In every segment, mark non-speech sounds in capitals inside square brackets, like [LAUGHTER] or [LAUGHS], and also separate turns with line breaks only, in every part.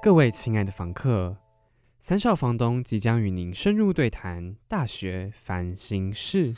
各位亲爱的房客，三少房东即将与您深入对谈大学烦心事。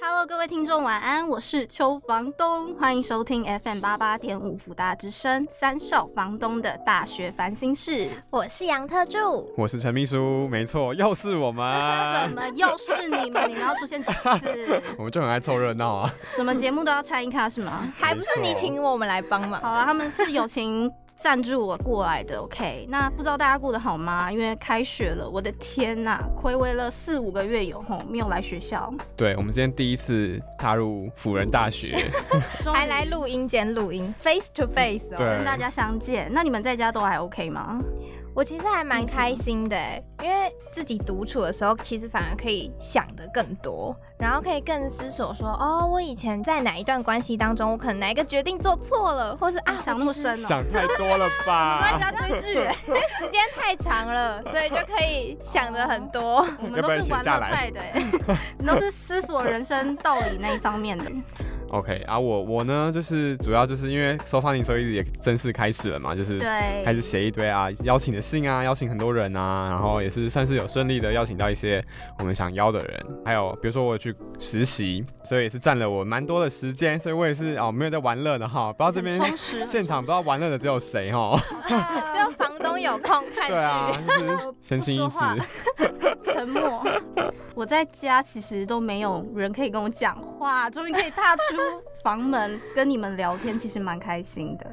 Hello，各位听众，晚安，我是邱房东，欢迎收听 FM 八八点五福大之声三少房东的大学烦心事。
我是杨特助，
我是陈秘书，没错，又是我
怎 [LAUGHS]
们，
么又是你们？你们要出现几 [LAUGHS] 次？
我们就很爱凑热闹啊。
什么节目都要参一咖是吗？
还不是你请我们来帮忙？
好了，他们是友情赞助我过来的。OK，那不知道大家过得好吗？因为开学了，我的天呐，暌违了四五个月有吼，没有来学校，
对，我们今天第一次踏入辅仁大
[LAUGHS]
学，
终于
还来录音间录音，face to face 哦。
对
跟大家相见。那你们在家都还 OK 吗？
我其实还蛮开心的欸，因为自己独处的时候，其实反而可以想的更多，然后可以更思索说，哦，我以前在哪一段关系当中，我可能哪一个决定做错了，或是啊，
想那么
我其实
深哦、
想太多了
[LAUGHS]
我在
吧？
家追剧欸，因为时间太长了，所以就可以想的很
[LAUGHS]
多。
我们
要不
都
然
是
写
玩
下
乐
来
派的、欸，你都是思索人生道理那一方
[LAUGHS]
面的。
OK 啊，我我呢，就是主要就是因为 So Funny So Easy 也正式开始了嘛，就是
对
开始写一堆啊邀请的信啊，邀请很多人啊，然后也是算是有顺利的邀请到一些我们想邀的人，还有比如说我有去实习，所以也是占了我蛮多的时间，所以我也是哦没有在玩乐的哈，不知道这边
很充实，
现场不知道玩乐的只有谁哈，
就房东有空看
对啊
剧，，
就是神情 [LAUGHS] 一
不说话
致，
沉默。我在家其实都没有人可以跟我讲话，终于可以踏出房门跟你们聊天，其实蛮开心的。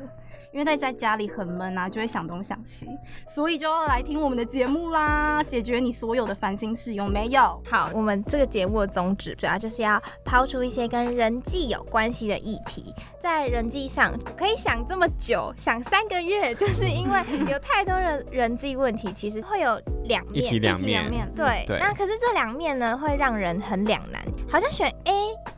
因为在在家里很闷啊，就会想东想西，所以就要来听我们的节目啦，解决你所有的烦心事，有没有？
好，我们这个节目的宗旨主要就是要抛出一些跟人际有关系的议题。在人际上，可以想这么久，想三个月，就是因为有太多的人际问题，其实会有两
一体
面。
两
一体
面，
两
嗯
面，
对，
对
那可是这两面呢，会让人很两难。好像选 A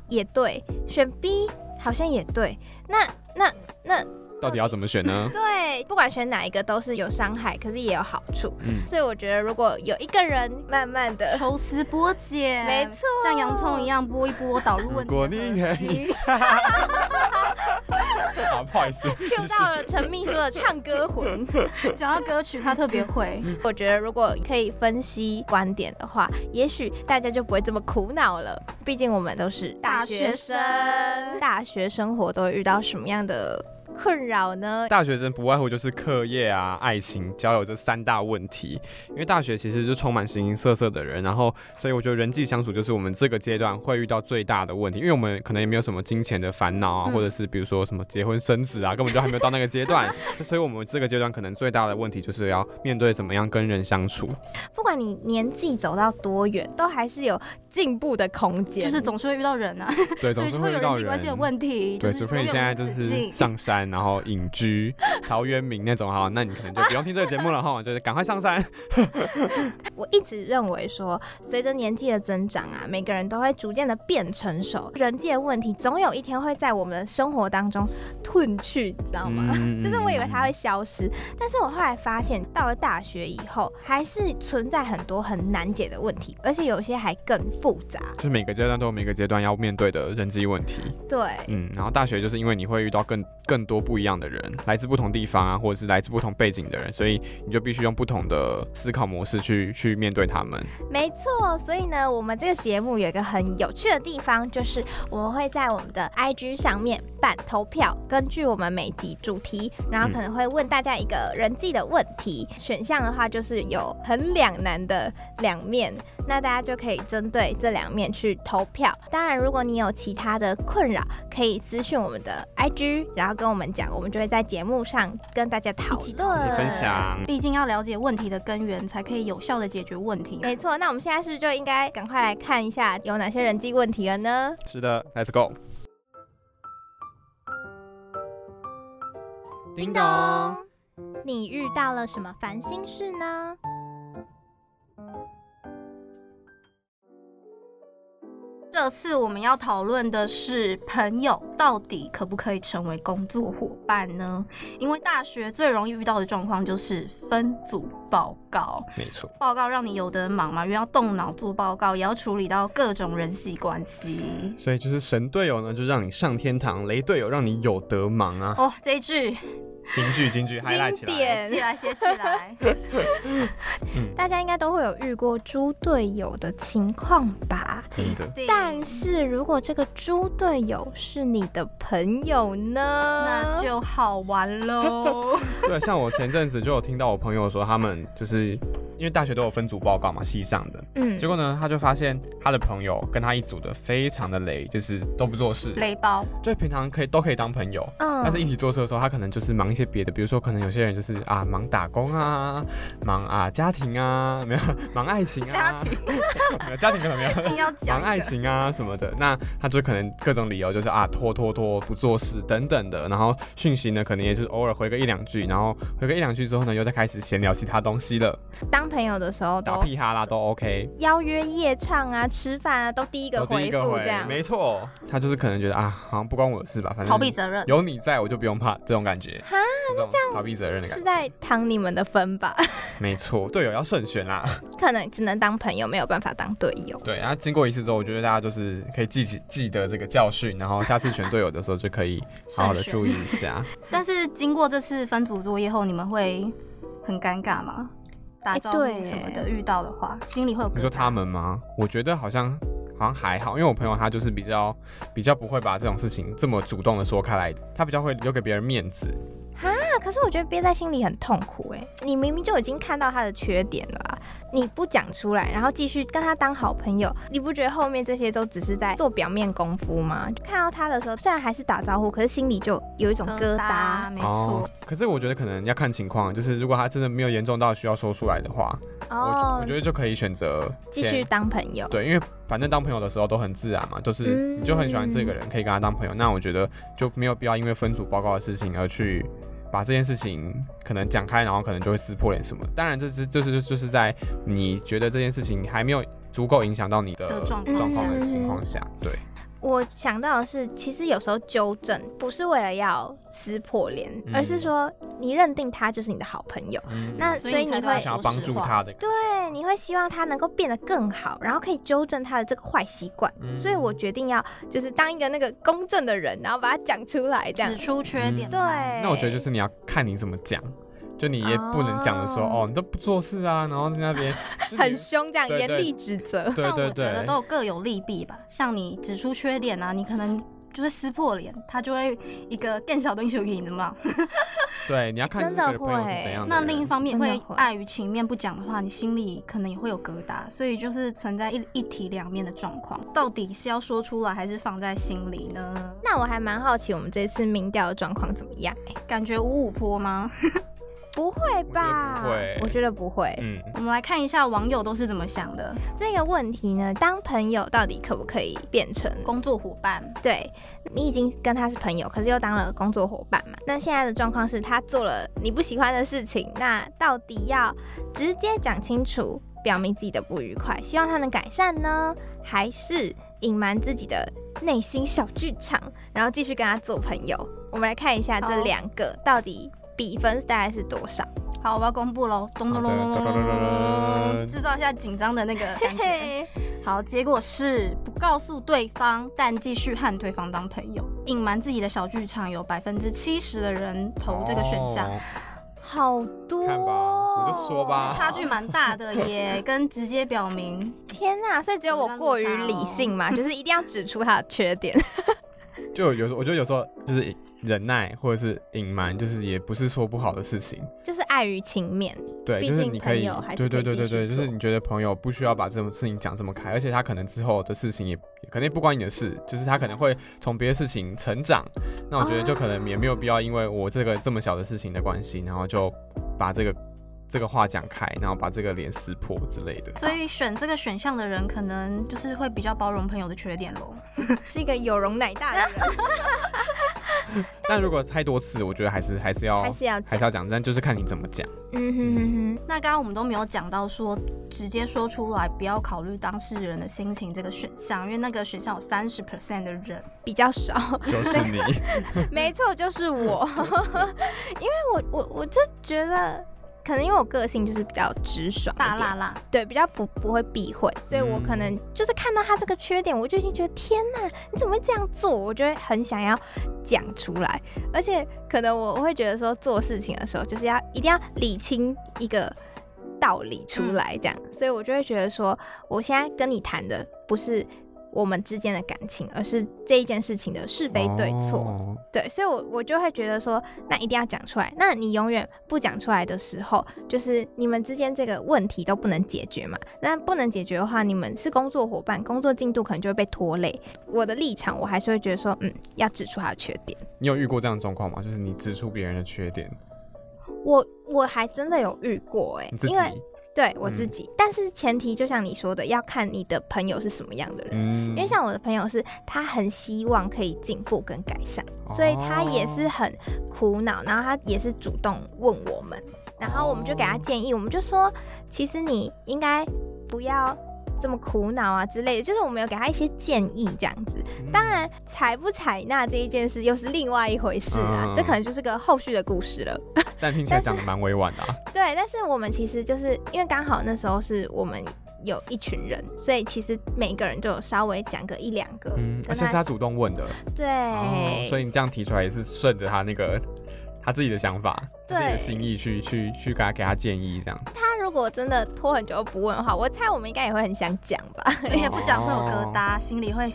也对，选 B 好像也对。那那那
到底要怎么选呢？
对，不管选哪一个都是有伤害，可是也有好处。
嗯
所以我觉得，如果有一个人慢慢的
抽丝剥茧，
没错
像洋葱一样剥一剥，导入问题
如果
的
你
核
愿
心
意。好，不好意思，
Q 到
[LAUGHS]
了陈秘书的唱歌魂。
讲到歌曲，他特别会。
嗯
我觉得如果可以分析观点的话，也许大家就不会这么苦恼了。毕竟我们都是
大学生
大学生活都会遇到什么样的困扰呢？
大学生不外乎就是课业啊、爱情、交友这三大问题。因为大学其实就充满形形色色的人，然后所以我觉得人际相处就是我们这个阶段会遇到最大的问题，因为我们可能也没有什么金钱的烦恼啊，
嗯
或者是比如说什么结婚生子啊，根本就还没有到那个阶段，就所以我们这个阶段可能最大的问题就是要面对怎么样跟人相处。
不管你年纪走到多远，都还是有进步的空间。
就是总是会遇到人啊，
对，
[LAUGHS] 所
总
以
是
就会
会
有
遇到人
人际关系的问题。
对，
是
除非你
永
现
远
在
无
就
止
是
境
上山，然后隐
[LAUGHS]
居陶渊明那种哈，那你可能就不用听这个节目了哈，就是赶快上山。
我一直认为说，随着年纪的增长啊，每个人都会逐渐的变成熟，人际的问题总有一天会在我们的生活当中褪去，你知道吗？
嗯
就是我以为它会消失，但是我后来发现，到了大学以后，还是存在很多很难解的问题，而且有些还更复杂。
就是每个阶段都有每个阶段要面对的人际问题，
对，
嗯，然后大学就是因为你会遇到更更多不一样的人，来自不同地方啊，或者是来自不同背景的人，所以你就必须用不同的思考模式去去面对他们。
没错，所以呢，我们这个节目有一个很有趣的地方，就是我们会在我们的 IG 上面办投票，根据我们每集主题，然后可
嗯
能会问大家一个人际的问题，选项的话就是有很两难的两面，那大家就可以针对这两面去投票。当然，如果你有其他的困扰，可以私讯我们的 IG，然后跟我们讲，我们就会在节目上跟大家讨
一起
论、
一起分享，
毕竟要了解问题的根源，才可以有效的解决问题。
[LAUGHS] 没错，那我们现在是不是就应该赶快来看一下有哪些人际问题了呢？
是的，Let's go。叮，，
你遇到了什么烦心事呢？
这次我们要讨论的是朋友到底可不可以成为工作伙伴呢？因为大学最容易遇到的状况就是分组报告，
没错，
报告让你有的忙嘛，因为要动脑做报告，也要处理到各种人际关系。
所以就是神队友呢，就让你上天堂；雷队友让你有得忙啊。
哦，这一句
京剧，京剧，highlight 起
经
来。
典
写起来，写起来。
嗯，
大家应该都会有遇过猪队友的情况吧？
真的，
但是如果这个猪队友是你的朋友呢？
那就好玩
[LAUGHS]
喽。
[LAUGHS] 对，像我前阵子就有听到我朋友说，他们就是因为大学都有分组报告嘛，系上的。
嗯
结果呢，他就发现他的朋友跟他一组的非常的雷，就是都不做事，
雷
[LAUGHS]
包，
就平常可以都可以当朋友，
嗯
但是一起做事的时候，他可能就是忙一些别的，比如说可能有些人就是啊忙打工啊，忙啊家庭啊，没有 [LAUGHS] 忙爱情啊，
家庭
[LAUGHS] 没有家庭可能没有。
硬要
忙
讲
爱
一个
情啊什么的，那他就可能各种理由就是啊拖拖拖不做事等等的，然后讯息呢可能也就是偶尔回个一两句，然后回个一两句之后呢又再开始闲聊其他东西了，
当朋友的时候
打
都
屁哈啦都 OK，
邀约夜唱啊、吃饭啊，都第一个
都哦第
回
一
复
个回
这样，。
没错，他就是可能觉得啊好像不关我的事吧，反正
逃避责任。
有你在我就不用怕这种感觉，
哈，
这种逃避责任的感
是
觉，
在淌你们的分吧？ [LAUGHS]
没错，队友要慎选啦。
可能只能当朋友，没有办法当队友。
对，然后经过一次之后，我觉得大家就是可以记起记得这个教训，然后下次选队友的时候就可以好好的
慎选
注意一下。
但是经过这次分组作业后，你们会很尴尬吗？打
哎
招
对
呼什么的，遇到的话，心里会有
你
疙
说
瘩。
他们吗？我觉得好像好像还好，因为我朋友他就是比较比较不会把这种事情这么主动的说开来，他比较会留给别人面子。
那可是我觉得憋在心里很痛苦哎、你明明就已经看到他的缺点了啊、你不讲出来，然后继续跟他当好朋友，你不觉得后面这些都只是在做表面功夫吗？看到他的时候，虽然还是打招呼，可是心里就有一种疙瘩。
没错
哦，可是我觉得可能要看情况，就是如果他真的没有严重到需要说出来的话，我我觉得就可以选择
哦继
先
续当朋友。
对，因为反正当朋友的时候都很自然嘛，就是
嗯
你就很喜欢这个人，可以跟他当朋友。那我觉得就没有必要因为分组报告的事情而去把这件事情可能讲开，然后可能就会撕破脸什么。当然这，是这是就是在你觉得这件事情还没有足够影响到你的
的状
状
况
况的
下
情况下，对，
我想到的是，其实有时候纠正不是为了要撕破脸，
嗯
而是说你认定他就是你的好朋友，
嗯
那
所
所
以
以
你
你
才
会
对
想要帮助他的，
对，你会希望他能够变得更好，然后可以纠正他的这个坏习惯。
嗯
所以我决定要就是当一个那个公正的人，然后把它讲出来，这样
指。出缺点。
嗯
对，
那我觉得就是你要看你怎么讲。就你也不能讲的说
哦
哦，你都不做事啊，然后在那边就
很
你
凶，这样
对
严
对
厉指责。
对
但
对
我觉得
对，
都有各有利弊吧。像你指出缺点啊，你可能就会撕破脸，他就会一个更小的英雄给你，怎么样？
对，你要看
哎真
这
的
个朋友是
会
怎样的
那
人。
另一方面
真的
会
会
碍于情面不讲的话，你心里可能也会有疙瘩，所以就是存在一一体两面的状况。到底是要说出来，还是放在心里呢？
那我还蛮好奇，我们这次民调的状况怎么样？哎
感觉五五坡吗？
不会吧？
我
我
觉
觉得不会。
嗯，
我们来看一下网友都是怎么想的。
这个问题呢，当朋友到底可不可以变成
工作伙伴，
对你已经跟他是朋友，可是又当了工作伙伴嘛。那现在的状况是他做了你不喜欢的事情，那到底要直接讲清楚，表明自己的不愉快，希望他能改善呢，还是隐瞒自己的内心小剧场，然后继续跟他做朋友？我们来看一下
好
这两个到底比分大概是多少。
好，我要公布喽！咚咚咚咚咚咚咚咚，制造一下紧张的那个感觉。
嘿嘿，
[LAUGHS] 好，结果是不告诉对方，但继续和对方当朋友，隐瞒自己的小剧场。有百分之七十的人投这个选项，
哦
好多、哦，
看吧我就说吧
差距蛮大的耶，跟直接表明。
天呐，所以只有我过于理性嘛， [LAUGHS] 就是一定要指出他的缺点。
就有时候我觉得有时候就是忍耐或者是隐瞒，就是也不是说不好的事情。
就是碍于情面，
对，
毕
就
竟
是你可以
朋友还，是
对对
可
对
以
对
继续
对，就是
做
你觉得朋友不需要把这种事情讲这么开，而且他可能之后的事情也可能也不关你的事，就是他可能会从别的事情成长。那我觉得就可能也没有必要，因为我这个这么小的事情的关系，然后就把这个这个话讲开，然后把这个脸撕破之类的。
所以选这个选项的人，可能就是会比较包容朋友的缺点喽。
[LAUGHS] 是一个有容乃大的人。
但如果太多次，我觉得还是还是要
还是要讲
还是要讲，但就是看你怎么
[LAUGHS]
讲。
嗯哼哼哼，
那刚刚我们都没有讲到说直接说出来，不要考虑当事人的心情这个选项，因为那个选项有三十 percent 的人，
比较少，
就是你，
没错，就是我， [LAUGHS] 因为我我我就觉得，可能因为我个性就是比较直爽，
大辣，辣，
对，比较不不会避讳，所以我可能就是看到他这个缺点，我就已经觉得天哪，你怎么会这样做？我就会很想要讲出来，而且可能我会觉得说做事情的时候，就是要一定要理清一个道理出来，这样，所以我就会觉得说，我现在跟你谈的不是。我们之间的感情，而是这一件事情的是非对错。
哦
对，所以我我就会觉得说，那一定要讲出来。那你永远不讲出来的时候，就是你们之间这个问题都不能解决嘛。那不能解决的话，你们是工作伙伴，工作进度可能就会被拖累。我的立场，我还是会觉得说，嗯，要指出他的缺点。
你有遇过这样的状况吗？就是你指出别人的缺点，
我我还真的有遇过哎、
你自己
因，为对我
嗯
自己，但是前提就像你说的，要看你的朋友是什么样的人。
嗯，
因为像我的朋友是，他很希望可以进步跟改善，所以他也
哦
是很苦恼，然后他也是主动问我们，然后我们就给他建议，我们就说，其实你应该不要这么苦恼啊之类的，就是我们有给他一些建议这样子。
嗯
当然，采不采纳这一件事又是另外一回事啊，
嗯
这可能就是个后续的故事了。
但听起来讲的蛮委婉的、啊，
对，但是我们其实就是因为刚好那时候是我们。有一群人，所以其实每个人都有稍微讲个一两个，
嗯，而
跟
且
他
是他主动问的，
对、
哦，所以你这样提出来也是顺着他那个他自己的想法、他自己的
对
心意去去去给他给他建议这样子。
他如果真的拖很久不问的话，我猜我们应该也会很想讲吧。
而且不讲会有疙瘩，心里会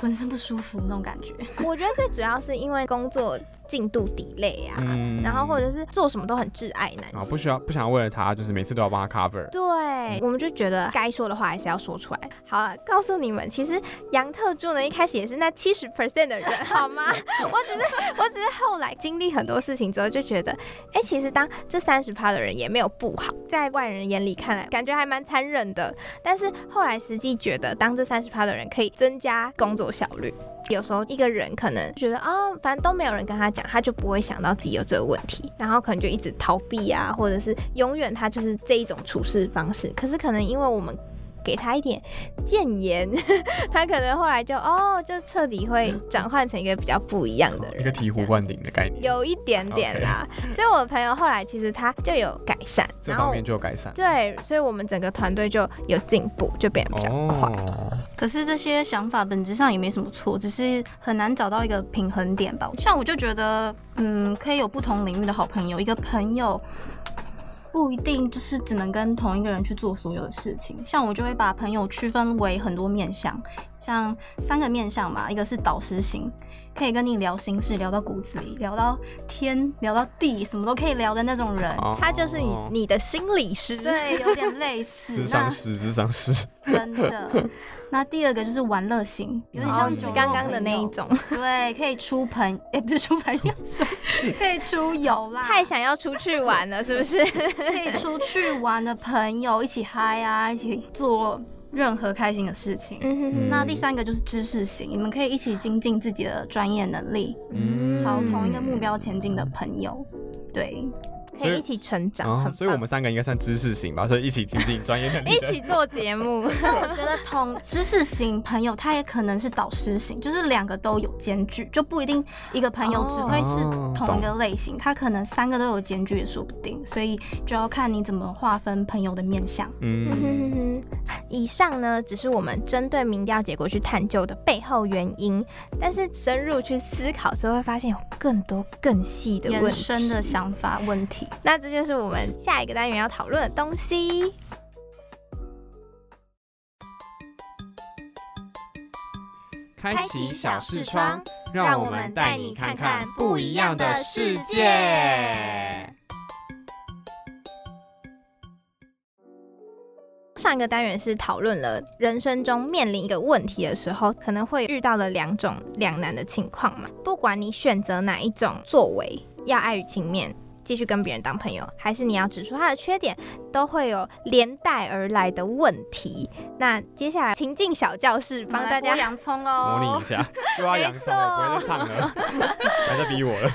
浑身不舒服那种感觉。
[LAUGHS] 我觉得最主要是因为工作进度 delay 啊，
嗯
然后或者是做什么都很挚爱难行。
啊，不需要不想为了他，就是每次都要帮他 cover。
对，我们就觉得该说的话还是要说出来。好了，告诉你们，其实杨特助呢一开始也是那七十 percent 的人， [LAUGHS] 好吗？我只是 [LAUGHS] 我只是后来经历很多事情之后，就觉得，哎、其实当这三十趴的人也没有不好，在外人眼里看来，感觉还蛮残忍的。但是后来实际觉得，当这三十趴的人可以增加工作效率。有时候一个人可能觉得啊、反正都没有人跟他讲，他就不会想到自己有这个问题，然后可能就一直逃避啊，或者是永远他就是这一种处事方式。可是可能因为我们给他一点谏言， [LAUGHS] 他可能后来就哦，就彻底会转换成一个比较不一样的人，
一个醍醐灌顶的概念，
有一点点啦。 [LAUGHS] 所以我朋友后来其实他就有改善，
这
然
方
后
面就有改善。
对，所以我们整个团队就有进步，就变得比较快。
哦，
可是这些想法本质上也没什么错，只是很难找到一个平衡点吧。像我就觉得，嗯，可以有不同领域的好朋友，一个朋友。不一定就是只能跟同一个人去做所有的事情，像我就会把朋友区分为很多面向，像三个面向嘛，一个是导师型，可以跟你聊心事，聊到骨子里，聊到天，聊到地，什么都可以聊的那种人，
哦
他就是你你的心理师，
对，有点类似。
智
那
商师，智商师，
真的。那第二个就是玩乐型，有点
哦
像
你是
酒肉
刚刚的那
朋
一
友，
种，
对，可以出朋，哎、不是出朋友，是可以出
[LAUGHS]
游啦，
太想要出去玩了，是不是？
可以出去玩的朋友，一起嗨啊，一起做任何开心的事情。
嗯
那第三个就是知识型，你们可以一起精进自己的专业能力，
嗯
朝同一个目标前进的朋友。对，
可以一起成长，
哦
很棒
所以我们三个应该算知识型吧，所以一起精进专
[LAUGHS]
业能力
一
的。
起做节目，
但我觉得同知识型朋友，他也可能是导师型，就是两个都有兼具，就不一定一个朋友只会是
哦
同一个类型，他可能三个都有兼具也说不定，所以就要看你怎么划分朋友的面相。
嗯哼
嗯，
哼哼以上呢，只是我们针对民调结果去探究的背后原因，但是深入去思考之后，会发现有更多更细的问
延伸
题。
的想法问题，
那这就是我们下一个单元要讨论的东西。
开启小视窗，
让我们带你看看不一样的世界。上一个单元是讨论了人生中面临一个问题的时候，可能会遇到的两种两难的情况嘛。不管你选择哪一种作为，要爱与情面。继续跟别人当朋友，还是你要指出他的缺点，都会有连带而来的问题。那接下来情境小教室帮大家
剥洋葱
模拟
哦 [LAUGHS]
一。
[LAUGHS]
下，又要
没
扬声了，不会再
错
唱了，不要再逼我
[LAUGHS]
了。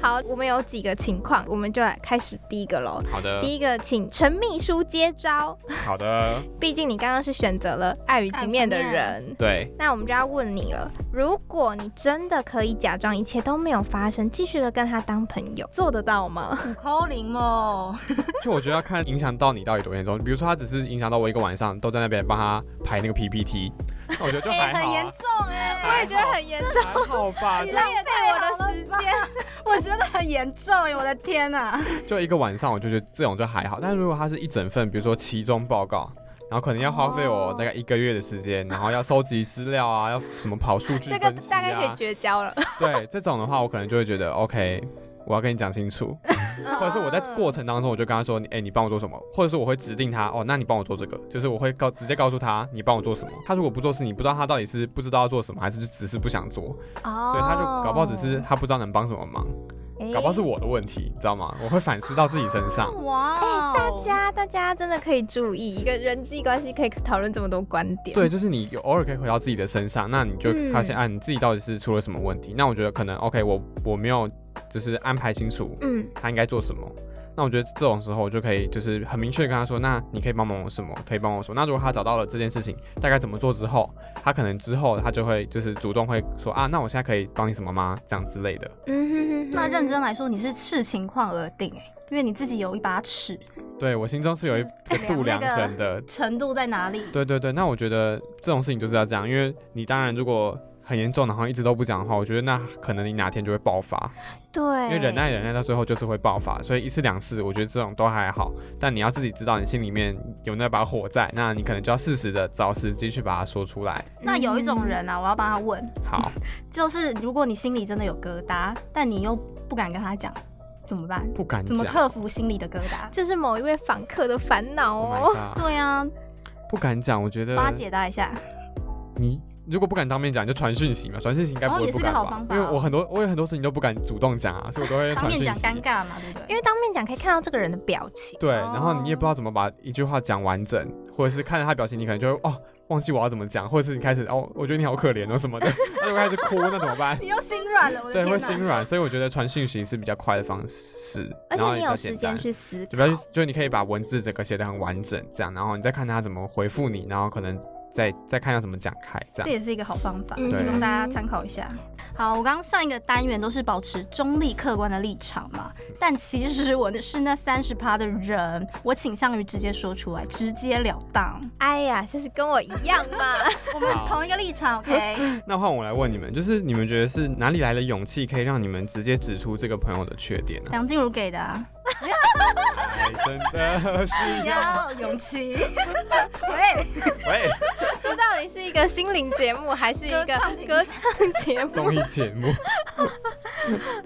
好，我们有几个情况，我们就来开始第一个喽。
好的，
第一个，请陈秘书接招。
好的，
毕竟你刚刚是选择了爱与情面的人，
对，
那我们就要问你了：如果你真的可以假装一切都没有发生，继续的跟他当朋友，做得到吗？
啊
五扣零哦，
就我觉得要看影响到你到底多严重。比如说，他只是影响到我一个晚上，都在那边帮他排那个 PPT，那我觉得就还
很
好、
严
啊，
重
欸
哎、我
我
也
也
觉
觉
得
得
很严重。
还好啊吧，就
浪费我的时间，
我觉得很严重欸耶，我的
啊
天啊呐、
就一个晚上，我就觉得这种就还好。但是如果他是一整份，比如说期中报告。然后可能要花费我
哦
大概一个月的时间，然后要收集资料
[LAUGHS]
啊，要什么跑数据
这
分析
个
啊，
大概可
[LAUGHS]
以绝交
[LAUGHS]
了。
对这种的话，我可能就会觉得 OK，我要跟你讲清楚，
嗯
或者是我在过程当中，我就跟他说，你哎、你帮我做什么，或者是我会指定他，哦，那你帮我做这个，就是我会告直接告诉他你帮我做什么。他如果不做事，你不知道他到底是不知道要做什么，还是就只是不想做，
哦
所以他就搞不好只是，他不知道能帮什么忙，搞不好是
哦
我的问题，你知道吗？我会反思到自己身上。
哇、哦
哎。哎，大家大家真的可以注意，一个人际关系可以讨论这么多观点。
对，就是你有偶尔可以回到自己的身上，那你就
嗯
发现、啊，你自己到底是出了什么问题？那我觉得可能 OK，我我没有就是安排清楚，
嗯，
他应该做什么。那我觉得这种时候，我就可以就是很明确地跟他说，那你可以帮忙我什么，可以帮我什么。那如果他找到了这件事情大概怎么做之后，他可能之后他就会就是主动会说啊，那我现在可以帮你什么吗？这样之类的。
嗯哼哼哼
那认真来说，你是视情况而定哎、因为你自己有一把尺，
对我心中是有一
嗯
个度量衡的。
程度在哪里？
对对对，那我觉得这种事情就是要这样，因为你当然如果很严重，然后一直都不讲的话，我觉得那可能你哪天就会爆发。
对，
因为忍耐忍耐到最后就是会爆发，所以一次两次我觉得这种都还好，但你要自己知道你心里面有那把火在，那你可能就要适时的找时机去把它说出来。
那有一种
嗯
人啊，我要帮他问，
好，
[LAUGHS] 就是如果你心里真的有疙瘩，但你又不敢跟他讲，怎么办？
不敢
怎么
讲
克服心里的疙瘩？
这是某一位访客的烦恼
，Oh
哦。
my god，
对啊，
不敢讲，我觉得
帮他解答一下。
你。如果不敢当面讲，你就传讯息嘛，传讯息应该不
哦
会
也是
不敢
个好
吧
方法
因为
哦
我很多我有很多事情都不敢主动讲啊，所以我都会
当
传
面
讯息。
讲尴尬嘛，对不对？
因
为
为当面讲可以看到这个人的表情，
对，然后你也
哦
不知道怎么把一句话讲完整，或者是看着他表情，你可能就会哦忘记我要怎么讲，或者是你开始哦我觉得你好可怜哦什
[LAUGHS]
么的，那就开始哭，那怎么办？
你又心软了，我的
对，
天
会
哪！
心软，所以我觉得传讯息是比较快的方式，
而
然
且
后
你
也比
有
较
时
简
间
单。
去思考。
就不要去，就你可以把文字整个写得很完整，这样，然后你再看他怎么回复你，然后可能再再看要怎么讲开，这
这
样。
也是一个好方法，
对
提供大家参考一下。好，我刚刚上一个单元都是保持中立客观的立场嘛，但其实我是那三十趴的人，我倾向于直接说出来，直截了当。
哎呀，就是跟我一样嘛。
我们
好
同一个立场，OK？
[LAUGHS] 那换我来问你们，就是你们觉得是哪里来的勇气，可以让你们直接指出这个朋友的缺点
[LAUGHS]
呢、
梁静茹给的、啊，
哎，真的是
[LAUGHS] 要勇气。喂，
喂，
[LAUGHS] 这到底是一个心灵节目，还是一
歌
个
唱频道
歌唱节目？
综艺节目。 [LAUGHS]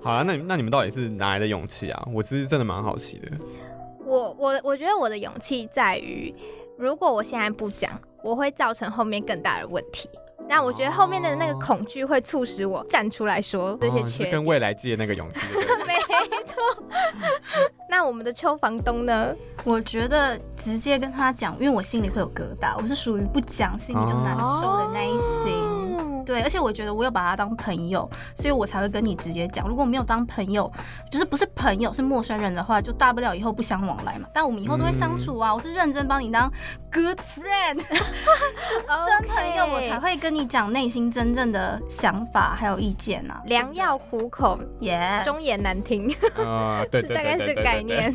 好了，那你那你们到底是哪来的勇气啊？我其实真的蛮好奇的。
[LAUGHS] 我我我觉得我的勇气在于，如果我现在不讲，我会造成后面更大的问题。那我觉得后面的那个
哦
恐惧会促使我站出来说这些
哦
缺
是
点。
跟未来借那个勇气。对不对
[LAUGHS] 没错。那我们的邱房东呢？
我觉得直接跟他讲，因为我心里会有疙瘩，我是属于不讲心里就难受的那一型。
哦
对，而且我觉得我有把他当朋友，所以我才会跟你直接讲。如果没有当朋友，就是不是朋友是陌生人的话，就大不了以后不相往来嘛。但我们以后都会相处啊，我是认真帮你当 good friend，就是真朋友，
OK
我才会跟你讲内心真正的想法还有意见啊。
良药苦口，
耶、
忠言难听， [LAUGHS]
呃，对
是
对对
大概
对对
是这个
对
概
对
念。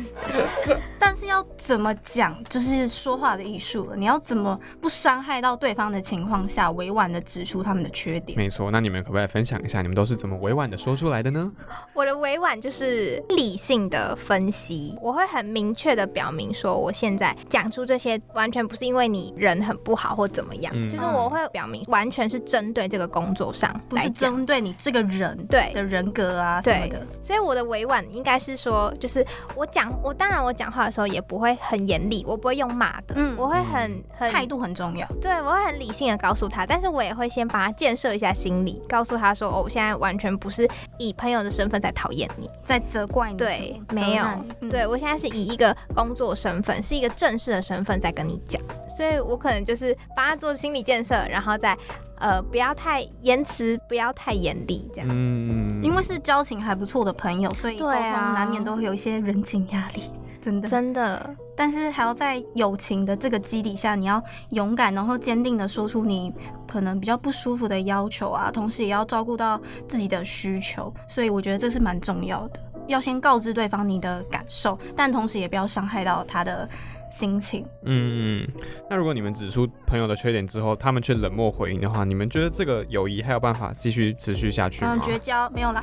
但是要怎么讲，就是说话的艺术了。你要怎么不伤害到对方的情况下，委婉的指出他们的缺点？
没错，那你们可不可以分享一下，你们都是怎么委婉的说出来的呢？
我的委婉就是理性的分析，我会很明确的表明说，我现在讲出这些完全不是因为你人很不好或怎么样，
嗯
就是我会表明完全是针对这个工作上
不
来
是
讲。
针对你这个人
对
的人格啊什么
对
的。
所以我的委婉应该是说，就是我讲，我当然我讲话的时候也不会很严厉，我不会用骂的，
嗯
我会很
嗯
很
态度很重要。
对，我会很理性的告诉他，但是我也会先把他建震慑一下心理，告诉他说：“哦，我现在完全不是以朋友的身份在讨厌你，
在责怪你什
对
么，
没
责
有
难你，嗯
对我现在是以一个工作身份，是一个正式的身份在跟你讲，所以我可能就是帮他做心理建设，然后再呃不要太言辞，不要太严厉，这样、
嗯
因为是交情还不错的朋友，所以沟
对
通
啊
难免都会有一些人情压力，真
嗯
的。
真的
但是还要在友情的这个基底下，你要勇敢，然后坚定的说出你可能比较不舒服的要求啊，同时也要照顾到自己的需求，所以我觉得这是蛮重要的。要先告知对方你的感受，但同时也不要伤害到他的心情。
嗯，那如果你们指出朋友的缺点之后，他们却冷漠回应的话，你们觉得这个友谊还有办法继续持续下去吗
嗯，？绝交没有啦。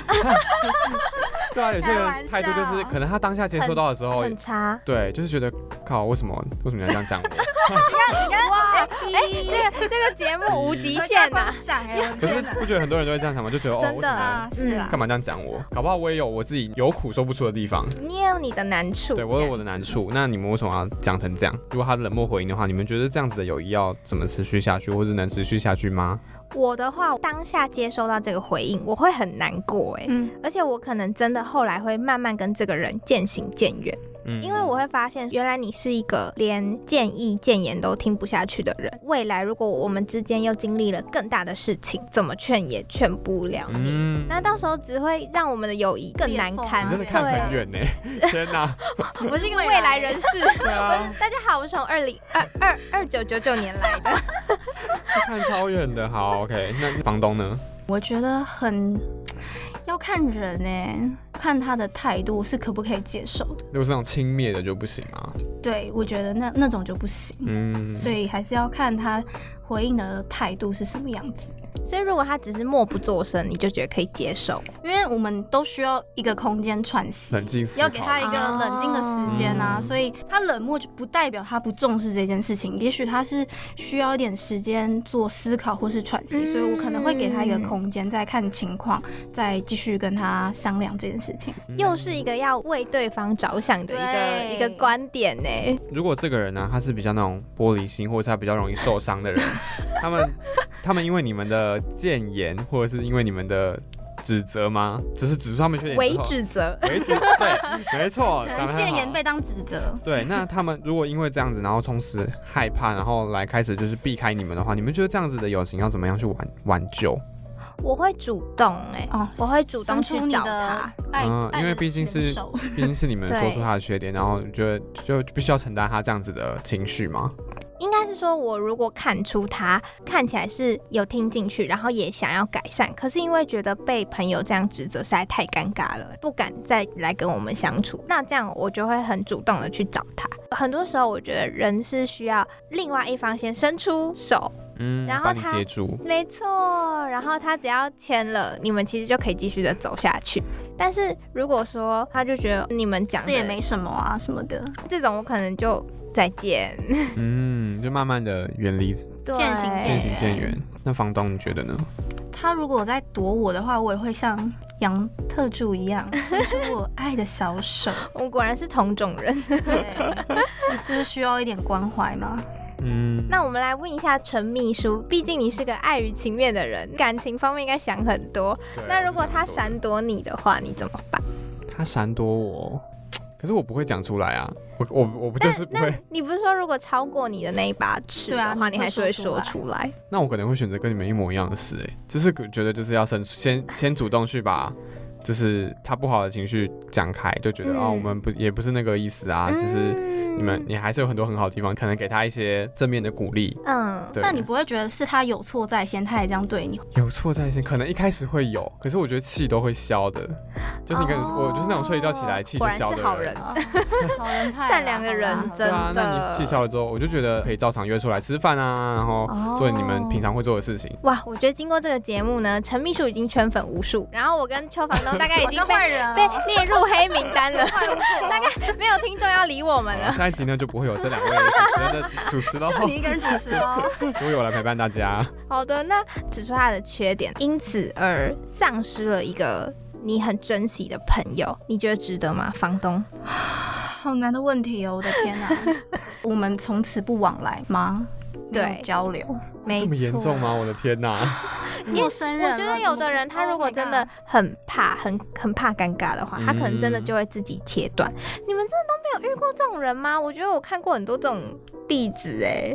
对啊，有些
开玩
人态
笑
度就是，可能他当下接收到的时候，
很差。
对，就是觉得靠，为什么为什么你要这样讲我？
哇，哎、这个这个节目无极限啊呐、
光闪哎，我
可是 [LAUGHS]
天哪！
不觉得很多人都会这样想吗？就觉得哦，
真
为
的
什么
啊，是啊
干，嘛这样讲我？搞不好我也有我自己有苦说不出的地方，
你也有你的难处，
对我有我
的。
的难处。那你们为什么要讲成这样？如果他冷漠回应的话，你们觉得这样子的友谊要怎么持续下去，或是能持续下去吗？
我的话，当下接收到这个回应，我会很难过哎、
嗯，
而且我可能真的后来会慢慢跟这个人渐行渐远，
嗯，
因为我会发现，原来你是一个连建议、谏言都听不下去的人。未来如果我们之间又经历了更大的事情，怎么劝也劝不了你。
嗯
那到时候只会让我们的友谊更难堪
你真的
裂，
看
缝啊
很远呢、天哪！
对，我是一个未来人士。
对
我
啊，
是 [LAUGHS] 大家好，我是从二零二二二九九九年来的，
看超远的。好，OK，那房东呢？
我觉得很要看人哎，看他的态度是可不可以接受的。
如果是那种轻蔑的就不行啊。
对，我觉得那那种就不行。
嗯，
所以还是要看他回应的态度是什么样子，
所以如果他只是默不作声，你就觉得可以接受。
因为我们都需要一个空间喘息，
冷静思考
要给他一个冷静的时间啊，所以他冷漠就不代表他不重视这件事情，也许他是需要一点时间做思考或是喘息，
嗯
所以我可能会给他一个空间，再看情况，再继续跟他商量这件事情。
嗯
又是一个要为对方着想的一个
对
一个观点呢、
如果这个人呢、他是比较那种玻璃心，或者是他比较容易受伤
[LAUGHS]
的人，他们他们因为你们的谏言，或者是因为你们的指责吗？只是指出他们缺点
为
之后，
指责。
为止，对，没错，
[LAUGHS]
可
讲
能
得很
谏言
好
被当指责，
对，那他们如果因为这样子，然后从此害怕，然后来开始就是避开你们的话，你们觉得这样子的友情要怎么样去挽挽救？
我会主动哎、
哦
我会主动
伸
去
出你
找
的
他。
爱，
嗯
爱的
因为毕竟是
援 [LAUGHS] 手
毕竟是你们
对
说出他的缺点，然后觉得就必须要承担他这样子的情绪吗？
应该是说，我如果看出他看起来是有听进去，然后也想要改善，可是因为觉得被朋友这样指责实在太尴尬了，不敢再来跟我们相处。那这样我就会很主动的去找他。很多时候，我觉得人是需要另外一方先伸出手，
嗯，
然后
把你
他
接住，
没错，然后他只要签了，你们其实就可以继续的走下去。但是如果说他就觉得你们讲的
这也没什么啊什么的，
这种，我可能就再见， [LAUGHS]
嗯，就慢慢的远离，
对
渐行
渐
渐
行
哎
渐远。那房东你觉得呢？
他如果在躲我的话，我也会像杨特助一
[LAUGHS]
样伸出我爱的小手，
我果然是同种人。
对，就是需要一点关怀嘛。
嗯，
那我们来问一下陈秘书，毕竟你是个爱与情面的人，感情方面应该想很多。
对
那如果他
我是这样
闪躲你的话，你怎么办？
觉得他闪躲我，可是我不会讲出来啊，我我我不就是不
那
会，
你不是说如果超过你的那一把尺
对啊
的话，你
你会
还是会
说
说
出
出来？
那我可能会选择跟你们一模一样的事、欸，就是觉得就是要先先先主动去把。就是他不好的情绪讲开，就觉得啊、我
嗯
们不也不是那个意思啊，就是
嗯
你们你还是有很多很好的地方，可能给他一些正面的鼓励。
嗯，
对，
但你不会觉得是他有错在先，他也这样对
[LAUGHS]
你，
有错在先，可能一开始会有，可是我觉得气都会消的。就你跟、
哦
我就是那种睡一觉起来气就
果然
消的
是好人。
好人派啦，
善良的人
好啦好啦
真
对啊，那你
的
气消了之后，我就觉得可以照常约出来吃饭啊，然后做你们
哦
平常会做的事情。
哇，我觉得经过这个节目呢，陈秘书已经圈粉无数，然后我跟邱房东大概已
我
经
是
被
坏人哦，
被列入黑名单 [LAUGHS] 了，大概没有听众要理我们了。
下一集呢就不会有这两位主持人的
[LAUGHS]
主持喽，
你一个人主持哦。
由我来陪伴大家。
好的，那指出他的缺点，因此而丧失了一个你很珍惜的朋友，你觉得值得吗？房东，
[LAUGHS] 好难的问题哦，我的天
[LAUGHS]
哪！我们从此不往来吗？没有
对
交流，
没
这么严重吗？我的天哪！
陌生人啊
我
了，
觉得有的人他如果真的很怕、很很怕尴尬的话，
嗯
他可能真的就会自己切断。你们真的都没有遇过这种人吗？我觉得我看过很多这种例子、哎，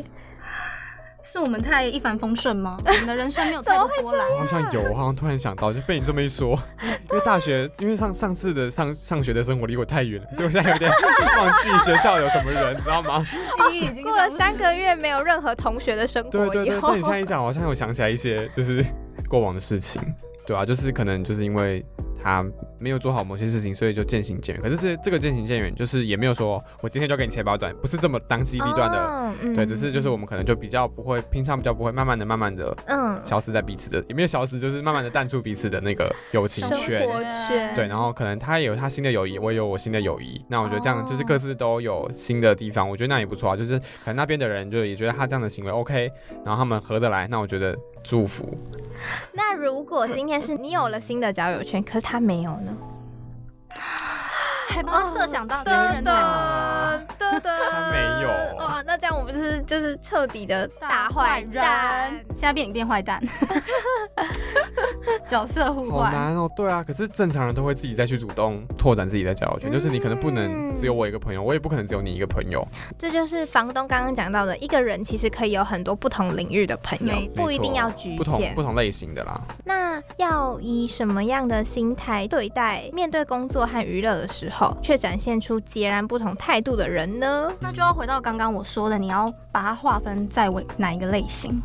是我们太一帆风顺吗？我们的人生没有太
[LAUGHS]
多波澜。
好像有，我好像突然想到，就被你这么一说，因为大学，因为上上次的上上学的生活离我太远了，所以我现在有点忘记学校有什么人，你知道吗？
记忆已经
过了
丧失
三个月没有任何同学的生 [LAUGHS] 活以
对
后，
对对，但你现在一讲，我好像有想起来一些就是 [LAUGHS] 过往的事情，对啊，就是可能就是因为他没有做好某些事情，所以就渐行渐远。可是这这个渐行渐远，就是也没有说我今天就要给你切八段，不是这么当机立断的。
哦嗯
对，只是就是我们可能就比较不会，平常比较不会，慢慢的、慢慢的
嗯
消失在彼此的，也没有消失，就是慢慢的淡出彼此的那个友情
生
圈。
活
嗯
圈
对，然后可能他也有他新的友谊，我也有我新的友谊。那我觉得这样就是
哦
各自都有新的地方，我觉得那也不错啊。就是可能那边的人就也觉得他这样的行为 OK，然后他们合得来，那我觉得祝福。
那如果今天是你有了新的交友圈，可是他没有呢？
还
哦
帮他设想到别人
的
的 [LAUGHS]
的的，
他没有啊
哇，那这样我们就是就是彻底的大
坏
坏蛋。，
现在变你变坏蛋， [LAUGHS] 角色互
好
换。
难哦，对啊，可是正常人都会自己再去主动拓展自己的交友圈，就是你可能不
嗯
能只有我一个朋友，我也不可能只有你一个朋友。
这就是房东刚刚讲到的，一个人其实可以有很多不同领域的朋友
没，
不一定要局
不同
限
不。同类型的啦，
那要以什么样的心态对待面对工作和娱乐的时候，却展现出截然不同态度的人呢？
那就要回到刚刚我说的，你要把它划分在为哪一个类型。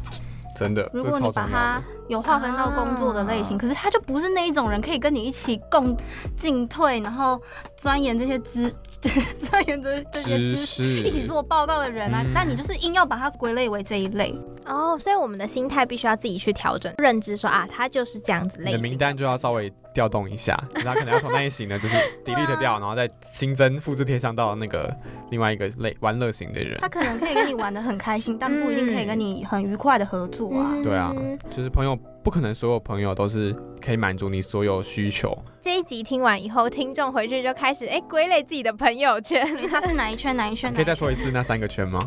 真的。
如
这
果
超重
你把
要
它
的
有划分到工作的类型，
啊
可是他就不是那一种人，可以跟你一起共进退，然后钻研这些知 [LAUGHS] 钻研这这些知
知
识。
识
一起做报告的人啊，
嗯
但你就是硬要把它归类为这一类，
哦，所以我们的心态必须要自己去调整，认知说啊，他就是这样子
你
类
的
型
名单就要稍微调动一下， [LAUGHS] 他可能要从那一型呢，
[LAUGHS]
就是
啊
delete 掉，然后再新增复制贴上到那个另外一个类玩乐型的人
他。可能可以跟你玩的很
[LAUGHS]
开心，但不一定可以跟
嗯
你很愉快的合作啊。
嗯
对啊，就是朋友不可能所有朋友都是可以满足你所有需求。
这一集听完以后，听众回去就开始哎归类自己的朋友圈。
因为他是哪一圈哪一圈？
可以再说一
次。
次那三个圈吗？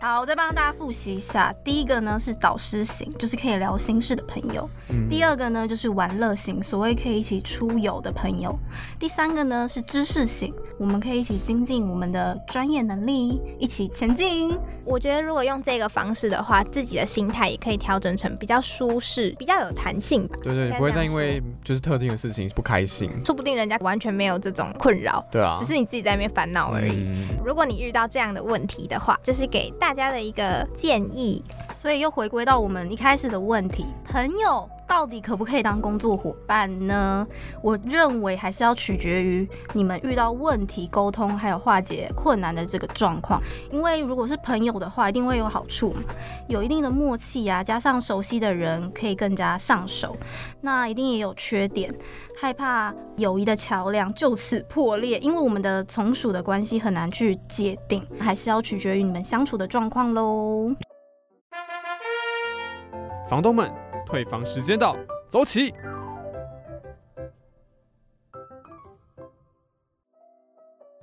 好，我再帮大家复习一下。第一个呢是导师型，就是可以聊心事的朋友。
嗯，
第二个呢就是玩乐型，所谓可以一起出游的朋友；第三个呢是知识型，我们可以一起精进我们的专业能力，一起前进。
我觉得如果用这个方式的话，自己的心态也可以调整成比较舒适、比较有弹性吧。
对对，
该
不会
这
再
样
因为就是特定的事情不开心。
说不定人家完全没有这种困扰，
对啊，
只是你自己在那边烦恼而已。
嗯
如果你遇到这样的问题的话，这是给大家的一个建议。
所以又回归到我们一开始的问题：朋友到底可不可以当工作伙伴呢？我认为还是要取决于你们遇到问题沟通还有化解困难的这个状况。因为如果是朋友的话，一定会有好处嘛，有一定的默契啊，加上熟悉的人可以更加上手。那一定也有缺点，害怕友谊的桥梁就此破裂，因为我们的从属的关系很难去界定，还是要取决于你们相处的状况喽。
房东们，退房时间到，走起！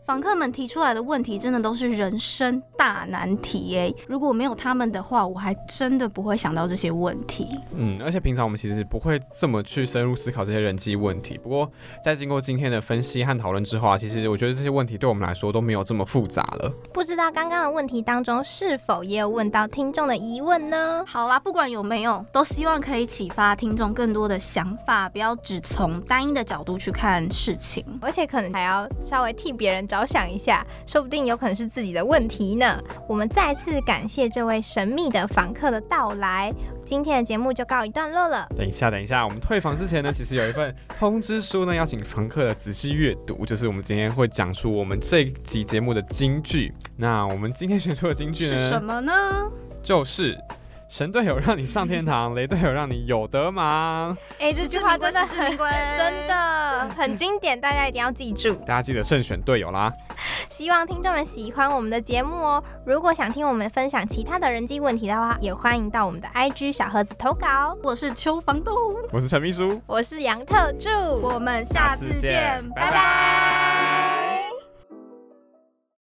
房客们提出来的问题，真的都是人生大难题耶！如果没有他们的话，我还真的不会想到这些问题。
嗯，而且平常我们其实不会这么去深入思考这些人际问题。不过，在经过今天的分析和讨论之后啊，其实我觉得这些问题对我们来说都没有这么复杂了。
不知道刚刚的问题当中是否也有问到听众的疑问呢？
好啦，不管有没有，都希望可以启发听众更多的想法，不要只从单一的角度去看事情。
而且可能还要稍微替别人着想一下，说不定有可能是自己的问题呢。我们再次感谢这位神秘的访客的到来，今天的节目就告一段落了。
等一下，等一下，我们退房之前呢，其实有一份通知书呢，要请房客仔细阅读，就是我们今天会讲述我们这一集节目的金句。那我们今天选出的金句
是什
呢，
么呢？
就是“神队友让你上天堂，雷队友让你有得忙
哎，这句话真的很
珍贵，
[LAUGHS]
[LAUGHS]
真的很经典，大家一定要记住”。。
大家记得慎选队友啦。
希望听众们喜欢我们的节目哦。如果想听我们分享其他的人际问题的话，也欢迎到我们的 IG 小盒子投稿。哦
我是邱房东，
我是陈秘书，
我是杨特助，
我们下次
下次见
见，
拜
拜拜